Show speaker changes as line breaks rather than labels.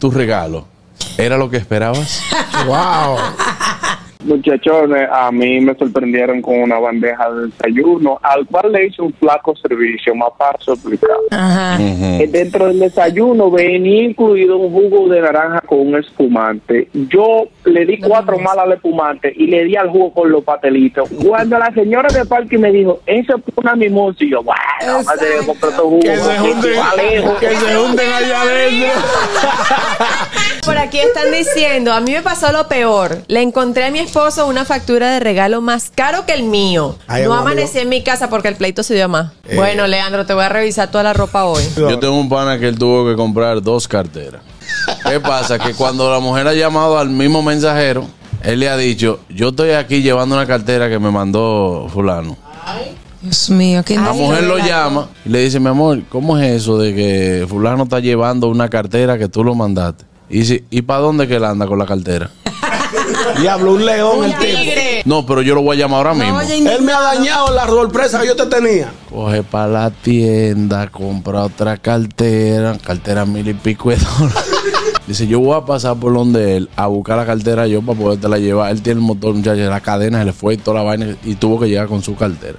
tu regalo, ¿era lo que esperabas?
¡Wow!
Muchachones, a mí me sorprendieron con una bandeja de desayuno, al cual le hice un flaco servicio, más para explicar.
Ajá.
Eh, Dentro del desayuno venía incluido un jugo de naranja con un espumante. Yo le di cuatro malas al espumante y le di al jugo con los patelitos. Cuando la señora de parque me dijo, eso es una mimosa, y yo, bueno, madre,
Exacto.
compré otro jugo.
Que se hunden,
Alejo.
que se hunden allá adentro.
Por aquí están diciendo, a mí me pasó lo peor. Le encontré a mi esposo una factura de regalo más caro que el mío.
Ay,
no
un
amanecí
amigo.
en mi casa porque el pleito se dio más. Bueno, Leandro, te voy a revisar toda la ropa hoy.
Yo tengo un pana que él tuvo que comprar dos carteras. ¿Qué pasa? Que cuando la mujer ha llamado al mismo mensajero, él le ha dicho, yo estoy aquí llevando una cartera que me mandó fulano.
Dios mío, qué
La
Ay,
mujer
qué
lo
relajo.
llama y le dice, mi amor, ¿cómo es eso de que fulano está llevando una cartera que tú lo mandaste? Y dice, ¿y para dónde que él anda con la cartera?
Diablo, un león el tipo.
Tigre.
No, pero yo lo voy a llamar ahora mismo.
Oye,
Él me ha dañado la sorpresa que yo te tenía.
Coge para la tienda, compra otra cartera, cartera mil y pico de dólares. Dice, yo voy a pasar por donde él a buscar la cartera yo para podértela llevar. Él tiene el motor, muchacho, la cadena se le fue y toda la vaina y tuvo que llegar con su cartera.